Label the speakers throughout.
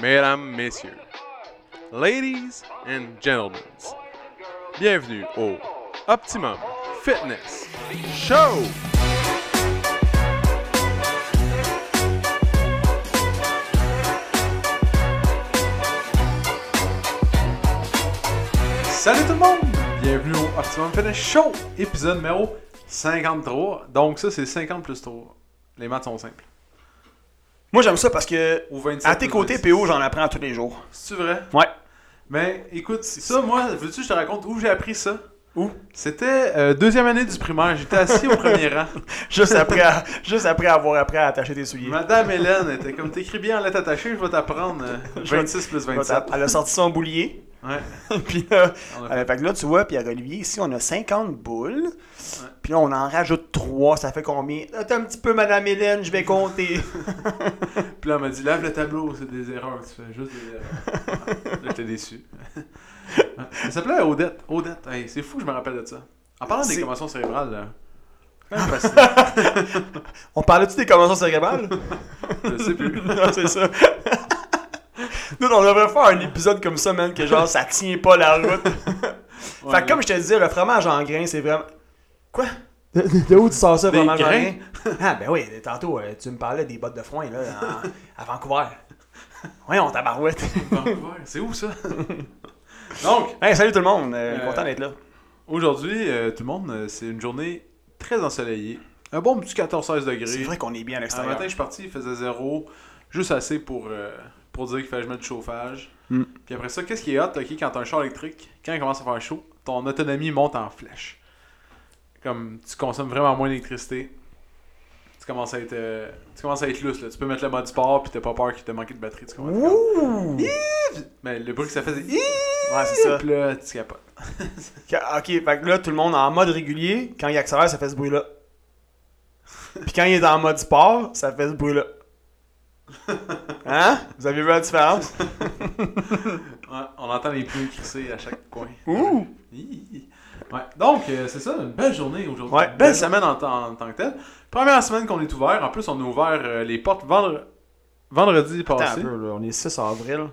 Speaker 1: mesdames, messieurs, ladies and gentlemen, bienvenue au Optimum Fitness Show! Salut tout le monde! Bienvenue au Optimum Fitness Show, épisode numéro 53. Donc ça, c'est 50 plus 3. Les maths sont simples.
Speaker 2: Moi, j'aime ça parce que
Speaker 1: Ou 27
Speaker 2: à tes
Speaker 1: plus
Speaker 2: côtés,
Speaker 1: 26.
Speaker 2: PO, j'en apprends tous les jours.
Speaker 1: C'est vrai?
Speaker 2: Ouais.
Speaker 1: Ben, écoute, ça, moi, veux-tu que je te raconte où j'ai appris ça?
Speaker 2: Où?
Speaker 1: C'était euh, deuxième année du primaire. J'étais assis au premier rang.
Speaker 2: Juste après, à- juste après avoir appris à attacher tes souliers.
Speaker 1: Madame Hélène était comme t'écris bien en lettres attachées, je vais t'apprendre euh, 26 plus 27.
Speaker 2: Elle a sorti son boulier.
Speaker 1: Ouais.
Speaker 2: puis là,
Speaker 1: On a fait-
Speaker 2: euh, fait que là, tu vois, Pierre-Olivier, ici, on a 50 boules. Puis là, on en rajoute 3. Ça fait combien? Attends un petit peu, Madame Hélène, je vais compter.
Speaker 1: Puis là, on m'a dit lave le tableau, c'est des erreurs, tu fais juste des erreurs. là, j'étais déçu. Elle s'appelait Odette. Odette, Hey, c'est fou, je me rappelle de ça. En parlant des
Speaker 2: C'est-
Speaker 1: commotions cérébrales, là. même fascinant,
Speaker 2: on parlait-tu des conventions cérébrales?
Speaker 1: je sais plus.
Speaker 2: non, c'est ça. Nous, on devrait faire un épisode comme ça, man, que genre, ça tient pas la route.
Speaker 1: Ouais,
Speaker 2: fait que comme je te disais, le fromage en grain, c'est vraiment. Quoi De, de- de où tu sors ça,
Speaker 1: Des
Speaker 2: fromage
Speaker 1: grains?
Speaker 2: en grain Ah, ben oui, tantôt, euh, tu me parlais des bottes de foin, là, en- à Vancouver. Voyons, tabarouette.
Speaker 1: Vancouver, c'est où ça? Donc,
Speaker 2: hey, salut tout le monde, euh,
Speaker 1: Euh,
Speaker 2: content d'être là.
Speaker 1: aujourd'hui, euh, tout le monde, euh, c'est une journée très ensoleillée. Un bon petit 14-16 degrés.
Speaker 2: C'est vrai qu'on est bien à
Speaker 1: Un
Speaker 2: l'extérieur.
Speaker 1: matin, je suis parti, il faisait zéro, juste assez pour, euh, pour dire qu'il fallait que je mette du chauffage.
Speaker 2: Mm.
Speaker 1: Puis après ça, qu'est-ce qui est hot, ok, quand t'as un char électrique, quand il commence à faire chaud, ton autonomie monte en flèche. Comme tu consommes vraiment moins d'électricité, tu commences à être, euh, tu commences à être lousse, là. Tu peux mettre le mode sport, puis t'as pas peur qu'il te manque de batterie, tu comprends?
Speaker 2: Ouh!
Speaker 1: Mais le bruit que ça faisait, Hi!
Speaker 2: Ouais, c'est ça.
Speaker 1: puis là, tu capotes.
Speaker 2: Que- Ok, fait que là, tout le monde en mode régulier, quand il accélère, ça fait ce bruit-là. Puis quand il est en mode sport, ça fait ce bruit-là. Hein? Vous avez vu la différence?
Speaker 1: Ouais, on entend les pluies crisser à chaque coin.
Speaker 2: Ouh!
Speaker 1: Hi. Ouais. Donc, euh, c'est ça, une belle journée aujourd'hui.
Speaker 2: Ouais,
Speaker 1: une belle
Speaker 2: belle
Speaker 1: semaine en, tant- en tant que telle. Première semaine qu'on est ouvert. En plus, on a ouvert euh, les portes vendre- vendredi
Speaker 2: Attends un
Speaker 1: passé.
Speaker 2: peu, là, on est 6 avril.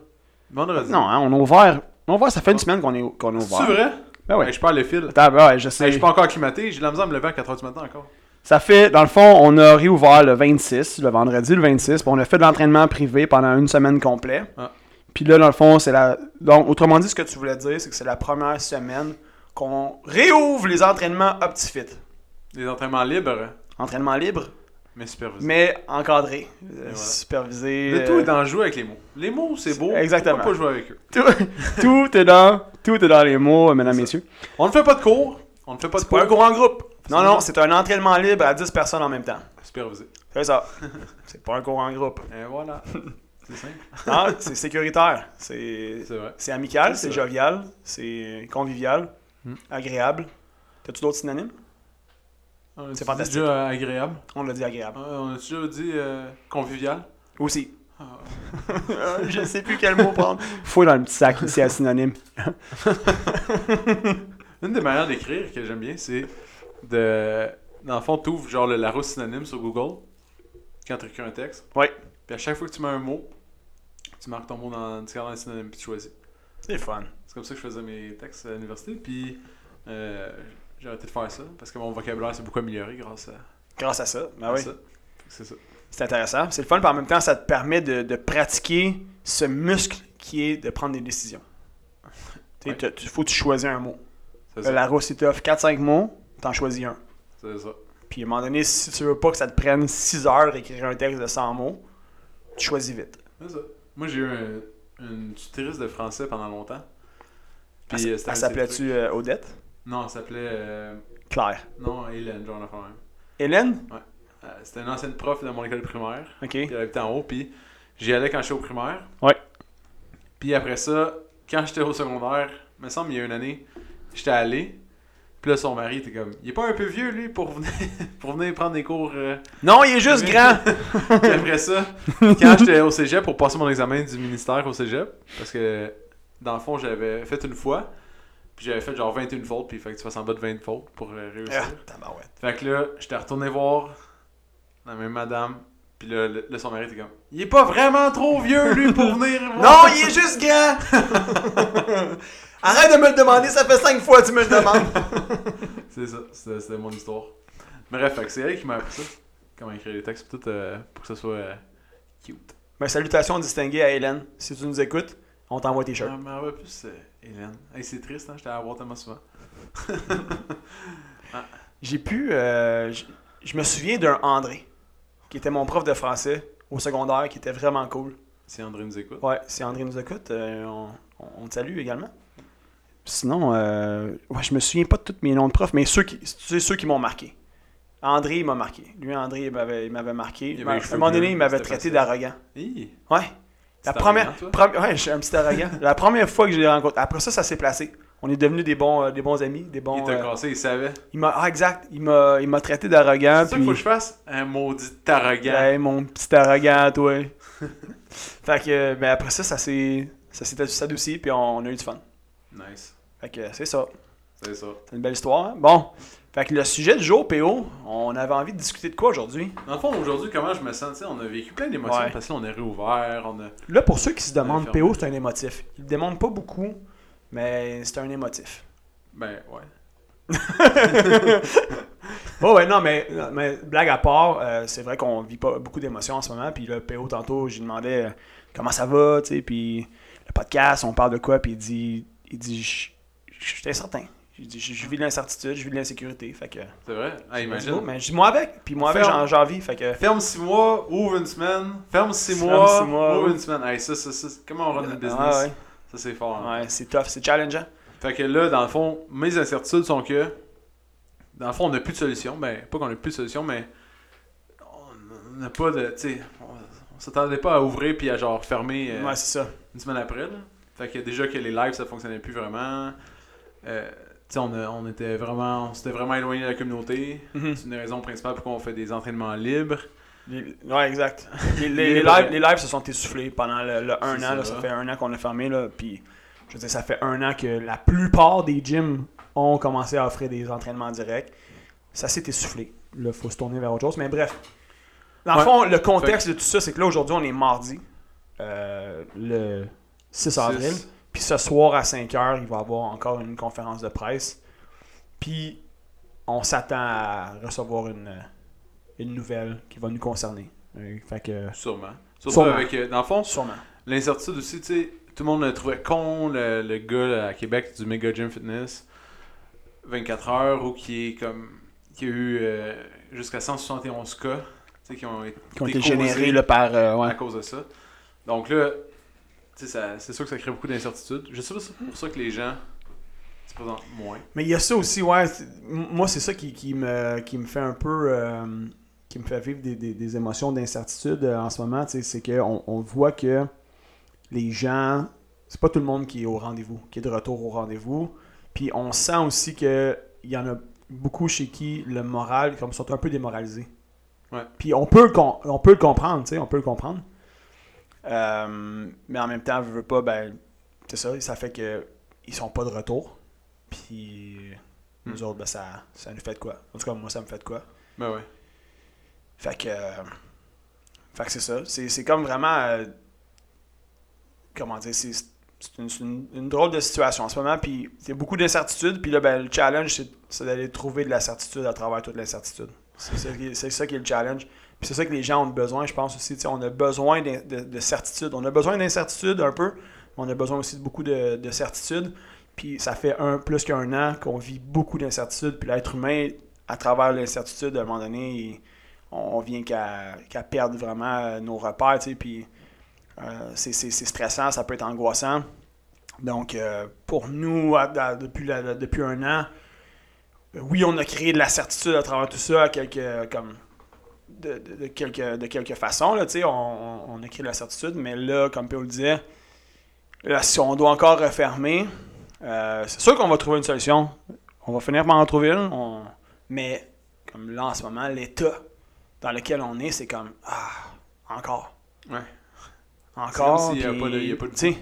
Speaker 1: Vendredi.
Speaker 2: Ah, Non, hein, on a ouvert. On a ouvert, ça fait une semaine qu'on est, qu'on est ouvert.
Speaker 1: C'est vrai?
Speaker 2: Ben oui.
Speaker 1: Hey, je perds le fil.
Speaker 2: Attends, ben ouais, je sais.
Speaker 1: Hey, je suis pas encore acclimaté. J'ai de la misère à me lever à 4h du matin encore.
Speaker 2: Ça fait, dans le fond, on a réouvert le 26, le vendredi le 26, puis on a fait de l'entraînement privé pendant une semaine complète.
Speaker 1: Ah.
Speaker 2: Puis là, dans le fond, c'est la. Donc, autrement dit, ce que tu voulais dire, c'est que c'est la première semaine qu'on réouvre les entraînements OptiFit.
Speaker 1: Les entraînements libres,
Speaker 2: Entraînement libre,
Speaker 1: mais supervisés.
Speaker 2: mais encadré, euh,
Speaker 1: voilà.
Speaker 2: supervisé.
Speaker 1: Le tout
Speaker 2: euh,
Speaker 1: est dans jouer avec les mots. Les mots, c'est beau.
Speaker 2: Exactement.
Speaker 1: On peut pas jouer avec eux.
Speaker 2: euh, tout, tout est dans, tout est dans les mots, euh, mesdames, messieurs.
Speaker 1: On ne fait pas de cours. On ne fait pas de
Speaker 2: C'est pas un
Speaker 1: cours.
Speaker 2: cours en groupe. Non, non, c'est un entraînement libre à 10 personnes en même temps.
Speaker 1: Supervisé.
Speaker 2: C'est ça. c'est pas un cours en groupe.
Speaker 1: Et voilà. c'est simple.
Speaker 2: Non, c'est sécuritaire. C'est
Speaker 1: C'est vrai.
Speaker 2: c'est amical,
Speaker 1: C'est
Speaker 2: c'est
Speaker 1: ça.
Speaker 2: jovial, c'est convivial,
Speaker 1: Hmm.
Speaker 2: agréable. T'as-tu d'autres synonymes?
Speaker 1: C'est
Speaker 2: fantastique.
Speaker 1: déjà agréable.
Speaker 2: On l'a dit agréable.
Speaker 1: Euh, on a déjà dit euh, convivial.
Speaker 2: Aussi.
Speaker 1: Ah,
Speaker 2: Euh, Je sais plus quel mot prendre. Fouille dans le petit sac ici à synonyme.
Speaker 1: Une des manières d'écrire que j'aime bien, c'est de. Dans le fond, tu ouvres genre le Larousse synonyme sur Google quand tu écris un texte.
Speaker 2: Ouais.
Speaker 1: Puis à chaque fois que tu mets un mot, tu marques ton mot dans le dictionnaire des synonymes puis tu choisis.
Speaker 2: C'est fun.
Speaker 1: C'est comme ça que je faisais mes textes à l'université. Puis euh, j'ai arrêté de faire ça parce que mon vocabulaire s'est beaucoup amélioré grâce à,
Speaker 2: Grâce à ça. Ben
Speaker 1: à
Speaker 2: oui.
Speaker 1: ça. Fait que C'est ça.
Speaker 2: C'est intéressant. C'est le fun, puis en même temps, ça te permet de, de pratiquer ce muscle qui est de prendre des décisions. Tu
Speaker 1: Ouais.
Speaker 2: Il faut que tu choisis un mot.
Speaker 1: C'est
Speaker 2: Euh, La
Speaker 1: ça.
Speaker 2: Larousse, il t'offre 4-5 mots, t'en choisis un.
Speaker 1: C'est ça.
Speaker 2: Puis à un moment donné, si tu veux pas que ça te prenne 6 heures d'écrire un texte de 100 mots, tu choisis vite.
Speaker 1: C'est ça. Moi, j'ai eu un- une tutrice de français pendant longtemps. Puis
Speaker 2: elle
Speaker 1: euh,
Speaker 2: s-
Speaker 1: c'était un de ses
Speaker 2: elle
Speaker 1: trucs.
Speaker 2: s'appelait-tu euh, Odette?
Speaker 1: Non, elle s'appelait. euh,
Speaker 2: Claire.
Speaker 1: non, Hélène, genre, la femme.
Speaker 2: Hélène?
Speaker 1: Euh, C'était une ancienne prof de mon école primaire.
Speaker 2: OK.
Speaker 1: Puis elle habitait en haut. Puis j'y allais quand j'étais au primaire.
Speaker 2: Ouais.
Speaker 1: Puis après ça, quand j'étais au secondaire, me semble, il y a une année, j'étais allé. Puis là, son mari était comme, il est pas un peu vieux, lui, pour venir, pour venir prendre des cours. euh.
Speaker 2: Non, il est juste
Speaker 1: Mais-
Speaker 2: grand!
Speaker 1: Puis après ça, quand j'étais au cégep pour passer mon examen du ministère au cégep, parce que dans le fond, j'avais fait une fois. Puis j'avais fait genre 21 fautes. Puis il fallait que tu fasses en bas de 20 fautes pour euh, réussir.
Speaker 2: Ah, tabarouette.
Speaker 1: Fait que là, j'étais retourné voir la même madame Puis là, le, le son mari était comme Il est pas vraiment trop vieux, lui, pour venir.
Speaker 2: Non,
Speaker 1: voir.
Speaker 2: il est juste grand! Arrête de me le demander, ça fait cinq fois que tu me le demandes.
Speaker 1: C'est ça, c'était c'était mon histoire. Bref, fait que c'est elle qui m'a appris ça. Comment écrire les textes, pis tout euh, pour que ça soit euh, cute.
Speaker 2: Mais Ben, salutations distinguées à Hélène. Si tu nous écoutes, on t'envoie tes shirts.
Speaker 1: Je m'en rappelle plus, euh, Hélène. Hey, c'est triste, hein, j'étais à la voir tellement souvent.
Speaker 2: J'ai pu. euh, j- je me souviens d'un André, qui était mon prof de français au secondaire, qui était vraiment cool.
Speaker 1: Si André nous écoute.
Speaker 2: Ouais, si André nous écoute, euh, on, on- on te salue également. Sinon, euh, ouais, je me souviens pas de tous mes noms de profs, mais ceux qui, c'est ceux qui m'ont marqué. André, il m'a marqué. Lui, André, il m'avait, il m'avait marqué.
Speaker 1: Il avait
Speaker 2: Ben,
Speaker 1: les
Speaker 2: à un
Speaker 1: cheveux
Speaker 2: moment donné,
Speaker 1: bleus,
Speaker 2: il m'avait
Speaker 1: c'était
Speaker 2: traité
Speaker 1: facile.
Speaker 2: d'arrogant.
Speaker 1: Hi!
Speaker 2: Ouais. La
Speaker 1: C'était
Speaker 2: première,
Speaker 1: arrogant, toi?
Speaker 2: premi- ouais, je suis un petit arrogant. La première fois que je l'ai rencontré, après ça, ça s'est placé. On est devenus des bons, euh, des bons amis, des
Speaker 1: il
Speaker 2: bons.
Speaker 1: t'a
Speaker 2: euh,
Speaker 1: cassé, il savait.
Speaker 2: il m'a, ah, exact. Il m'a, il m'a traité d'arrogant.
Speaker 1: c'est ça
Speaker 2: Ah, puis-
Speaker 1: qu'il faut que je fasse un maudit arrogant.
Speaker 2: Hey, mon petit arrogant, toi. fait que, mais après ça, ça s'est, ça s'est adouci, puis on a eu du fun.
Speaker 1: Nice.
Speaker 2: Fait que c'est ça.
Speaker 1: C'est ça.
Speaker 2: C'est une belle histoire. hein? Bon. Fait que le sujet du jour, PO, on avait envie de discuter de quoi aujourd'hui?
Speaker 1: Dans le fond, aujourd'hui, comment je me sens, tu sais, on a vécu plein d'émotions
Speaker 2: Ouais.
Speaker 1: parce que là, on est réouvert, on a.
Speaker 2: Là, pour ceux qui se demandent,
Speaker 1: Euh, fermé.
Speaker 2: PO, c'est un émotif. Il ne demande pas beaucoup, mais c'est un émotif.
Speaker 1: Ben, ouais.
Speaker 2: Oh ouais, non, mais, non, mais blague à part, euh, c'est vrai qu'on vit pas beaucoup d'émotions en ce moment. Puis là, PO, tantôt, j'ai demandé euh, comment ça va, tu sais, puis le podcast, on parle de quoi, puis il dit, il dit, je je suis incertain. J'ai dit, Je je vis de l'incertitude, je vis de l'insécurité. Fait que.
Speaker 1: C'est vrai? Ah,
Speaker 2: Oh,
Speaker 1: imagine.
Speaker 2: Mais je dis, moi avec, puis moi avec,
Speaker 1: Ferme.
Speaker 2: j'en j'en vis. Fait que.
Speaker 1: Ferme 6 mois, ouvre une semaine. Ferme 6
Speaker 2: Ferme
Speaker 1: mois,
Speaker 2: six mois,
Speaker 1: ouvre
Speaker 2: ouvre-
Speaker 1: une semaine. Hey, ça, ça, ça, comment on run le business?
Speaker 2: Ah ouais.
Speaker 1: Ça, c'est fort. hein.
Speaker 2: Ouais, c'est tough, c'est challengeant.
Speaker 1: Fait que là, dans le fond, mes incertitudes sont que, dans le fond, on n'a plus de solution. Ben, pas qu'on n'a plus de solution, mais on n'a pas de. Tu sais, on, on s'attendait pas à ouvrir puis à genre fermer euh,
Speaker 2: Ouais, c'est ça.
Speaker 1: une semaine après. Là. Fait que déjà que les lives, ça fonctionnait plus vraiment. Euh, tu sais, on, a- on était vraiment, on s'était vraiment éloigné de la communauté.
Speaker 2: Mhm.
Speaker 1: C'est une des raisons principales pourquoi on fait des entraînements libres.
Speaker 2: Les- Ouais, exact. Les, les-
Speaker 1: Les
Speaker 2: les
Speaker 1: vrais.
Speaker 2: lives, les lives se sont essoufflés pendant le, le un
Speaker 1: C'est
Speaker 2: an.
Speaker 1: ça.
Speaker 2: là, ça fait un an qu'on a fermé. Là, puis, je veux dire, ça fait un an que la plupart des gyms ont commencé à offrir des entraînements directs. Ça s'est essoufflé. Là, faut se tourner vers autre chose. Mais bref. Dans le
Speaker 1: Ouais.
Speaker 2: fond, le contexte de tout ça, c'est que là, aujourd'hui, on est mardi, euh, le 6 avril.
Speaker 1: Six.
Speaker 2: Puis ce soir à 5h, il va y avoir encore une conférence de presse. Puis on s'attend à recevoir une, une nouvelle qui va nous concerner. Euh, Fait que.
Speaker 1: Sûrement. Surtout
Speaker 2: Sûrement.
Speaker 1: avec, euh, dans le fond,
Speaker 2: Sûrement.
Speaker 1: l'incertitude aussi, tu sais, tout le monde le trouvait con, le, le gars là, à Québec du Mega Gym Fitness, 24 heures, ou qui est comme. qui a eu euh, jusqu'à 171 cas, tu sais, qui ont été,
Speaker 2: Qui ont été
Speaker 1: causés
Speaker 2: générés là, par. euh,
Speaker 1: à
Speaker 2: ouais.
Speaker 1: cause de ça. Donc là, tu sais, ça- c'est sûr que ça crée beaucoup d'incertitudes. Je sais pas si c'est pour ça que les gens se présentent moins.
Speaker 2: Mais il y a ça aussi, ouais. c'est- m- Moi, c'est ça qui, qui me, qui me fait un peu. euh, qui me fait vivre des, des- des émotions d'incertitude euh, en ce moment. tu sais, C'est qu'on on voit que les gens. C'est pas tout le monde qui est au rendez-vous, qui est de retour au rendez-vous. Puis on sent aussi qu'il y en a beaucoup chez qui le moral, comme sont un peu démoralisés.
Speaker 1: Ouais.
Speaker 2: Puis on peut, le com- on peut le comprendre, tu sais, on peut le comprendre. Euh, mais en même temps, je veux pas, ben, c'est ça, ça fait que ils sont pas de retour. Puis nous
Speaker 1: Hmm.
Speaker 2: autres, ben, ça, ça nous fait de quoi. En tout cas, moi, ça me fait de quoi.
Speaker 1: Ben ouais.
Speaker 2: Fait que. euh, Fait que c'est ça. C'est c'est comme vraiment. euh, Comment dire, c'est c'est une, c'est une- une drôle de situation en ce moment. Puis il y a beaucoup d'incertitudes. Puis là, ben, le challenge, c'est- c'est d'aller trouver de la certitude à travers toute l'incertitude. C'est ça, qui est- c'est ça qui est le challenge. Puis c'est ça que les gens ont besoin, je pense aussi. Tu sais, On a besoin d'in- de, de certitude. On a besoin d'incertitude un peu. mais On a besoin aussi de beaucoup de, de certitude. Puis ça fait un, plus qu'un an qu'on vit beaucoup d'incertitudes. Puis l'être humain, à travers l'incertitude, à un moment donné, il- on vient qu'à qu'à perdre vraiment euh, nos repères, tu sais, puis euh, c'est c'est- c'est stressant, ça peut être angoissant. Donc, euh, pour nous, à- à- depuis, la- la- depuis un an, euh, oui, on a créé de la certitude à travers tout ça, à quelques, comme, de, de, de quelques, de quelques façons, là, tu sais, on, on- on a créé de la certitude, mais là, comme Péo le disait, là, si on doit encore refermer, euh, c'est sûr qu'on va trouver une solution. On va finir par en trouver une, on- mais comme là, en ce moment, l'état dans lequel on est, c'est comme ah, encore.
Speaker 1: Ouais.
Speaker 2: Encore.
Speaker 1: C'est comme s'il y a
Speaker 2: puis,
Speaker 1: pas de- il y a pas de
Speaker 2: tu sais,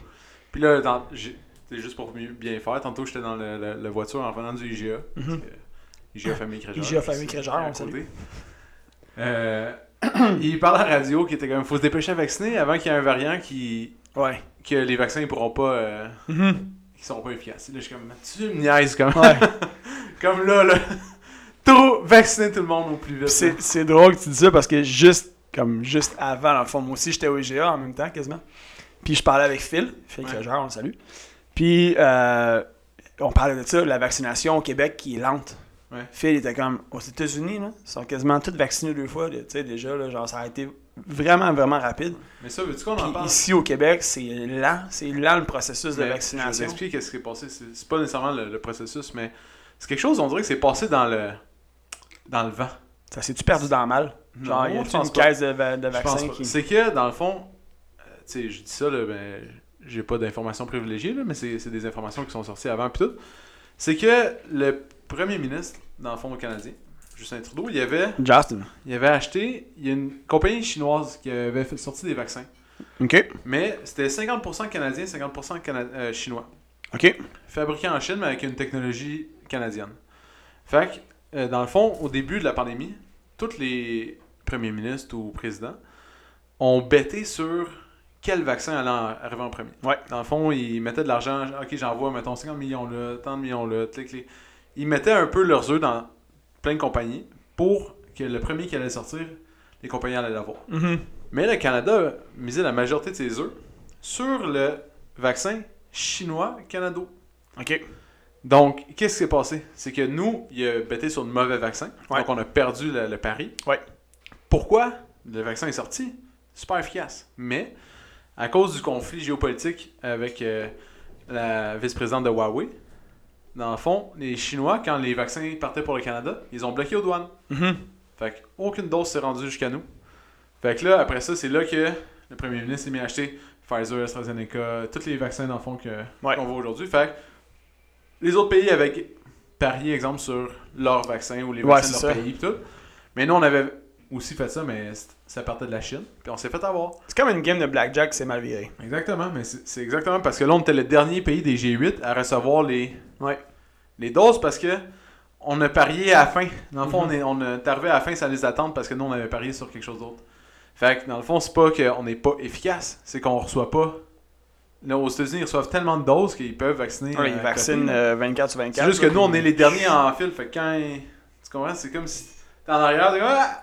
Speaker 1: Puis là, dans, j'ai- c'est juste pour mieux bien faire. Tantôt, j'étais dans le- le- la voiture en venant du
Speaker 2: Mm-hmm.
Speaker 1: Euh, IGA. parce que IGA Famille Crégeur.
Speaker 2: IGA Famille Crégeur,
Speaker 1: à
Speaker 2: on le
Speaker 1: côté. Euh, il parlait à la radio qui était comme faut se dépêcher à vacciner avant qu'il y ait un variant qui
Speaker 2: Ouais.
Speaker 1: que les vaccins ils pourront pas euh,
Speaker 2: Mhm.
Speaker 1: qui sont pas efficaces. Là, je suis comme tu me niaises comme
Speaker 2: Ouais.
Speaker 1: comme là là. Trop vacciner tout le monde au plus vite.
Speaker 2: Puis C'est c'est drôle que tu dis ça parce que juste comme juste avant, dans le fond, moi aussi j'étais au IGA en même temps quasiment. Puis je parlais avec Phil, Phil
Speaker 1: Ouais.
Speaker 2: Cageur, on le salue. Puis euh, on parlait de ça, la vaccination au Québec qui est lente.
Speaker 1: Ouais.
Speaker 2: Phil était comme aux États-Unis, là, ils sont quasiment tous vaccinés deux fois, là, tu sais déjà, là, genre ça a été vraiment vraiment rapide.
Speaker 1: Mais ça veux-tu qu'on
Speaker 2: Puis
Speaker 1: en parle
Speaker 2: ici au Québec, c'est lent, c'est lent le
Speaker 1: Mais
Speaker 2: processus de
Speaker 1: Je vais
Speaker 2: vaccination.
Speaker 1: t'expliquer ce qui est passé. C'est c'est pas nécessairement le, le processus, mais c'est quelque chose, on dirait que c'est passé dans le dans le vent.
Speaker 2: Ça s'est-tu perdu dans le mal? Genre,
Speaker 1: Non,
Speaker 2: il y a
Speaker 1: je
Speaker 2: une
Speaker 1: pense pas.
Speaker 2: caisse de, va- de
Speaker 1: Je pense
Speaker 2: vaccins
Speaker 1: pas.
Speaker 2: qui.
Speaker 1: C'est que, dans le fond, euh, tu sais, je dis ça, là, ben, j'ai pas d'informations privilégiées, là, mais c'est c'est des informations qui sont sorties avant, puis tout. C'est que le premier ministre, dans le fond, canadien, Justin Trudeau, il avait,
Speaker 2: Justin.
Speaker 1: il avait acheté, il y a une compagnie chinoise qui avait fait- sorti des vaccins.
Speaker 2: OK.
Speaker 1: Mais c'était 50% canadien, 50% cana- euh, chinois.
Speaker 2: OK.
Speaker 1: fabriqué en Chine, mais avec une technologie canadienne. Fait que, euh, dans le fond, au début de la pandémie, tous les premiers ministres ou présidents ont bêté sur quel vaccin allait en- arriver en premier.
Speaker 2: Ouais.
Speaker 1: Dans le fond, ils mettaient de l'argent, ok, j'envoie, mettons, 50 millions là, tant de millions là, clic, clic. Ils mettaient un peu leurs œufs dans plein de compagnies pour que le premier qui allait sortir, les compagnies allaient l'avoir.
Speaker 2: Mhm.
Speaker 1: Mais le Canada a misé la majorité de ses œufs sur le vaccin chinois canado.
Speaker 2: OK.
Speaker 1: Donc, qu'est-ce qui s'est passé? C'est que nous, il a bêté sur le mauvais vaccin.
Speaker 2: Ouais.
Speaker 1: Donc, on a perdu le, le pari.
Speaker 2: Ouais.
Speaker 1: Pourquoi le vaccin est sorti? Super efficace. Mais, à cause du conflit géopolitique avec euh, la vice-présidente de Huawei, dans le fond, les Chinois, quand les vaccins partaient pour le Canada, ils ont bloqué aux douanes.
Speaker 2: Mhm.
Speaker 1: Fait qu'aucune dose s'est rendue jusqu'à nous. Fait que là, après ça, c'est là que le premier ministre s'est mis à acheter Pfizer, AstraZeneca, tous les vaccins, dans le fond, que,
Speaker 2: Ouais.
Speaker 1: qu'on voit aujourd'hui. Fait que les autres pays avaient parié, exemple, sur leurs vaccins ou les
Speaker 2: Ouais,
Speaker 1: vaccins
Speaker 2: c'est
Speaker 1: de leur
Speaker 2: ça.
Speaker 1: pays, pis tout. Mais nous, on avait aussi fait ça, mais c- ça partait de la Chine, puis on s'est fait avoir.
Speaker 2: C'est comme une game de blackjack qui s'est mal virée.
Speaker 1: Exactement, mais c'est c'est exactement parce que là, on était le dernier pays des G8 à recevoir les,
Speaker 2: Ouais.
Speaker 1: les doses parce que on a parié à la fin. Dans le fond, on,
Speaker 2: Mhm.
Speaker 1: est, on est arrivé à la fin sans les attendre parce que nous, on avait parié sur quelque chose d'autre. Fait que dans le fond, c'est pas qu'on n'est pas efficace, c'est qu'on reçoit pas. Là, aux États-Unis, ils reçoivent tellement de doses qu'ils peuvent vacciner.
Speaker 2: Ouais,
Speaker 1: euh,
Speaker 2: ils
Speaker 1: à
Speaker 2: vaccinent
Speaker 1: côté.
Speaker 2: euh, 24 sur 24.
Speaker 1: C'est juste que
Speaker 2: là,
Speaker 1: nous, on
Speaker 2: puis-
Speaker 1: est les derniers en file. Fait que quand. ils- Tu comprends? C'est comme si t'es en arrière, t'es comme, Ah!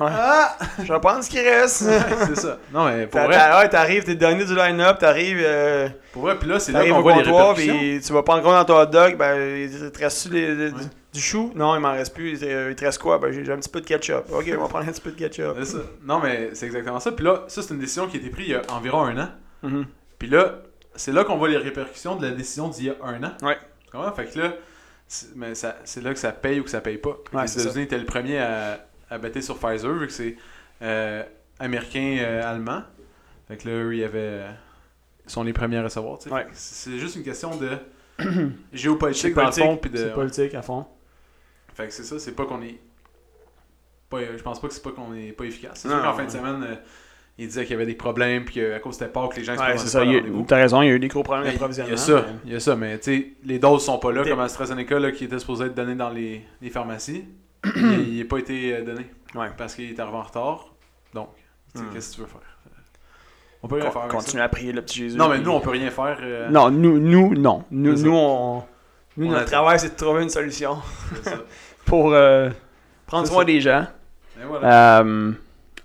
Speaker 1: Ah!
Speaker 2: Je vais prendre ce qui reste.
Speaker 1: c'est ça. Non, mais pour
Speaker 2: T'as-
Speaker 1: vrai,
Speaker 2: t'as- ouais, T'arrives, t'es dernier du line-up, t'arrives euh,
Speaker 1: pour vrai, puis là, c'est là
Speaker 2: t'arrives
Speaker 1: qu'on
Speaker 2: au
Speaker 1: voit les
Speaker 2: comptoir,
Speaker 1: répercussions.
Speaker 2: puis tu vas prendre compte dans ton hot dog, ben, il te reste-tu les- les-
Speaker 1: Ouais.
Speaker 2: du, du chou? Non, il m'en reste plus. Il te, il te reste quoi? Ben, j'ai j'ai un petit peu de ketchup. Ok, on va prendre un petit peu de ketchup.
Speaker 1: C'est ça. Non, mais c'est exactement ça. Puis là, ça, c'est une décision qui a été prise il y a environ un an.
Speaker 2: Mhm.
Speaker 1: Puis là, c'est là qu'on voit les répercussions de la décision d'il y a un an.
Speaker 2: Ouais.
Speaker 1: Tu comprends? Fait que là, c'est, mais ça, c'est là que ça paye ou que ça paye pas. Puis
Speaker 2: Ouais,
Speaker 1: les
Speaker 2: c'est ça.
Speaker 1: États-Unis étaient le premier à, à bêter sur Pfizer, vu que c'est euh, américain, euh, allemand. Fait que là, eux, ils avaient, euh, ils sont les premiers à recevoir. tu sais.
Speaker 2: Ouais.
Speaker 1: Fait que C'est c'est juste une question de géopolitique dans le fond. Puis de,
Speaker 2: C'est politique à fond.
Speaker 1: fait que c'est ça, c'est pas qu'on est. Pas, je pense pas que c'est pas qu'on est pas efficace. C'est
Speaker 2: Non,
Speaker 1: sûr qu'en fin
Speaker 2: ouais.
Speaker 1: de semaine, euh, il disait qu'il y avait des problèmes, puis qu'à cause de cette que les gens se
Speaker 2: Ouais, c'est
Speaker 1: présentaient
Speaker 2: ça.
Speaker 1: pas
Speaker 2: il y
Speaker 1: au
Speaker 2: a-
Speaker 1: rendez-vous.
Speaker 2: T'as raison, il y a eu des gros problèmes
Speaker 1: Mais Il y
Speaker 2: d'approvisionnement.
Speaker 1: a ça,
Speaker 2: mais-
Speaker 1: il y a ça, mais tu sais, les doses sont pas là,
Speaker 2: Des-
Speaker 1: comme AstraZeneca là, qui était supposé être donné dans les, les pharmacies. il il est pas été euh, donné.
Speaker 2: Ouais.
Speaker 1: Parce qu'il est arrivé en retard. Donc, tu sais,
Speaker 2: Hmm.
Speaker 1: qu'est-ce que tu veux faire Euh, On peut rien
Speaker 2: Con-
Speaker 1: faire. avec ça.
Speaker 2: Continue à prier le petit Jésus.
Speaker 1: Non, mais
Speaker 2: puis-
Speaker 1: nous, on peut rien faire. euh,
Speaker 2: Non, nous, nous, non. Nous,
Speaker 1: C'est ça.
Speaker 2: nous, on, nous
Speaker 1: On
Speaker 2: notre
Speaker 1: attend.
Speaker 2: travail, c'est de trouver une solution
Speaker 1: c'est ça.
Speaker 2: pour euh, prendre
Speaker 1: C'est
Speaker 2: soin
Speaker 1: ça.
Speaker 2: des gens.
Speaker 1: Mais voilà.
Speaker 2: Euh,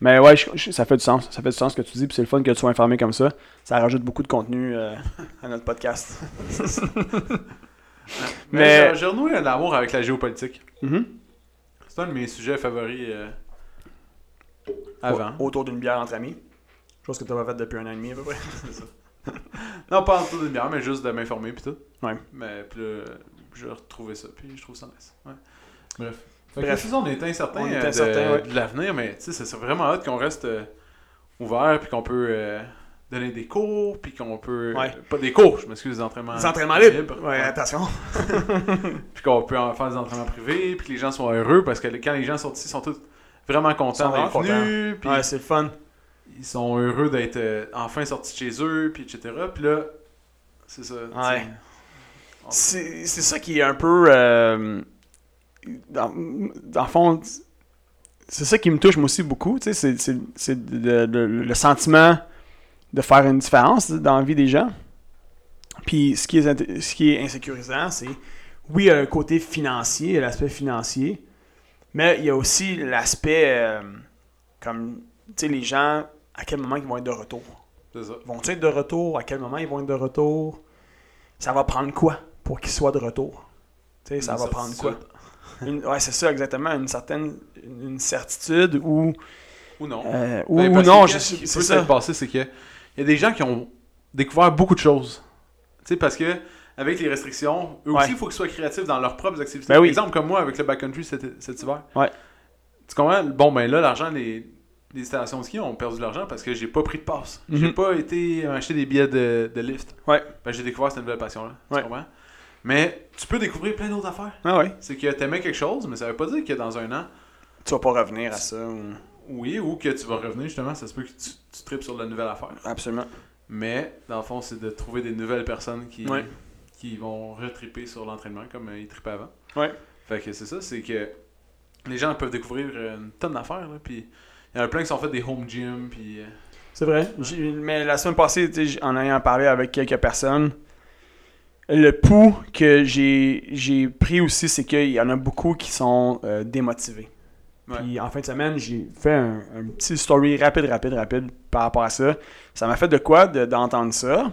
Speaker 2: mais ouais, je- je- ça fait du sens. Ça fait du sens ce que tu dis, puis c'est le fun que tu sois informé comme ça. Ça rajoute beaucoup de contenu euh, à notre podcast.
Speaker 1: mais euh,
Speaker 2: mais-
Speaker 1: j'ai- j'ai renoué un amour avec la géopolitique.
Speaker 2: Mhm.
Speaker 1: C'est un de mes sujets favoris euh, avant.
Speaker 2: Au- Autour d'une bière entre amis. Chose que tu pas faite depuis un an et demi à peu près.
Speaker 1: Non, pas en tout de bière, mais juste de m'informer puis tout.
Speaker 2: Ouais.
Speaker 1: Mais puis là, je retrouvais ça, puis je trouve ça nice. Ouais. Bref. Fait que
Speaker 2: Bref.
Speaker 1: c'est ça, on est incertain,
Speaker 2: On est
Speaker 1: euh, de-
Speaker 2: incertain, ouais.
Speaker 1: de, l'avenir, mais tu sais, c'est- c'est vraiment hâte qu'on reste euh, ouvert, puis qu'on peut euh, donner des cours, puis qu'on peut... euh,
Speaker 2: Ouais.
Speaker 1: Pas des cours, je m'excuse, des entraînements
Speaker 2: Des entraînements libres. Ouais,
Speaker 1: Ouais.
Speaker 2: attention.
Speaker 1: Puis qu'on peut en faire des entraînements privés, puis que les gens sont heureux, parce que le- quand les gens sont ici, ils sont tous vraiment
Speaker 2: Ils sont
Speaker 1: contents
Speaker 2: vraiment
Speaker 1: d'être venus, puis
Speaker 2: Ouais, c'est le fun.
Speaker 1: ils sont heureux d'être euh, enfin sortis de chez eux, puis etc. Puis là, c'est ça. tu
Speaker 2: Ouais.
Speaker 1: sais.
Speaker 2: C'est c'est ça qui est un peu. euh, dans, dans le fond, c'est ça qui me touche moi aussi beaucoup, tu sais, c'est- c'est c'est de- de- de- le sentiment de faire une différence dans la vie des gens. Puis ce qui est, inté- ce qui est insécurisant, c'est, oui, il y a un côté financier, l'aspect financier, mais il y a aussi l'aspect, euh, comme, tu sais, les gens, à quel moment ils vont être de retour.
Speaker 1: C'est ça.
Speaker 2: Vont-ils être de retour? À quel moment ils vont être de retour? Ça va prendre quoi pour qu'ils soient de retour? Tu sais, ça
Speaker 1: Une
Speaker 2: va prendre quoi?
Speaker 1: certitude.
Speaker 2: Une- ouais, c'est ça, exactement. Une certaine une certitude ou,
Speaker 1: Ou non.
Speaker 2: euh, ou,
Speaker 1: Ben,
Speaker 2: ou
Speaker 1: parce que
Speaker 2: non. je-
Speaker 1: qu'est-ce qui
Speaker 2: C'est
Speaker 1: peut
Speaker 2: ça.
Speaker 1: s'être passé, c'est que il y a des gens qui ont découvert beaucoup de choses. Tu sais, parce que avec les restrictions, eux
Speaker 2: Ouais.
Speaker 1: aussi, il faut qu'ils soient créatifs dans leurs propres activités.
Speaker 2: Ben oui.
Speaker 1: Exemple comme moi avec le backcountry cet, cet hiver.
Speaker 2: Ouais.
Speaker 1: Tu comprends? Bon, ben là, l'argent, les, les stations de ski ont perdu de l'argent parce que j'ai pas pris de passe. J'ai
Speaker 2: Mhm.
Speaker 1: pas été acheter des billets de, de lift.
Speaker 2: Ouais.
Speaker 1: Ben, j'ai découvert cette nouvelle passion-là.
Speaker 2: Ouais.
Speaker 1: Tu comprends? Mais tu peux découvrir plein d'autres affaires.
Speaker 2: Ah ouais.
Speaker 1: C'est que t'aimais quelque chose, mais ça veut pas dire que dans un an,
Speaker 2: Tu vas pas revenir à ça. ou-
Speaker 1: oui, ou que tu vas revenir justement, ça se peut que tu, tu tripes sur la nouvelle affaire.
Speaker 2: Absolument.
Speaker 1: Mais, dans le fond, c'est de trouver des nouvelles personnes qui,
Speaker 2: Ouais.
Speaker 1: qui vont retriper sur l'entraînement comme euh, ils tripaient avant.
Speaker 2: Ouais.
Speaker 1: Fait que c'est ça, c'est que les gens peuvent découvrir euh, une tonne d'affaires. là, Puis il y en a plein qui sont fait des home gym. Puis euh,
Speaker 2: C'est vrai. J'ai- Mais la semaine passée, tu sais, j- en ayant parlé avec quelques personnes, le pouls que j'ai j'ai pris aussi, c'est qu'il y en a beaucoup qui sont euh, démotivés.
Speaker 1: Ouais.
Speaker 2: Puis en fin de semaine, j'ai fait un, un petit story rapide, rapide, rapide par rapport à ça. Ça m'a fait de quoi de- d'entendre ça.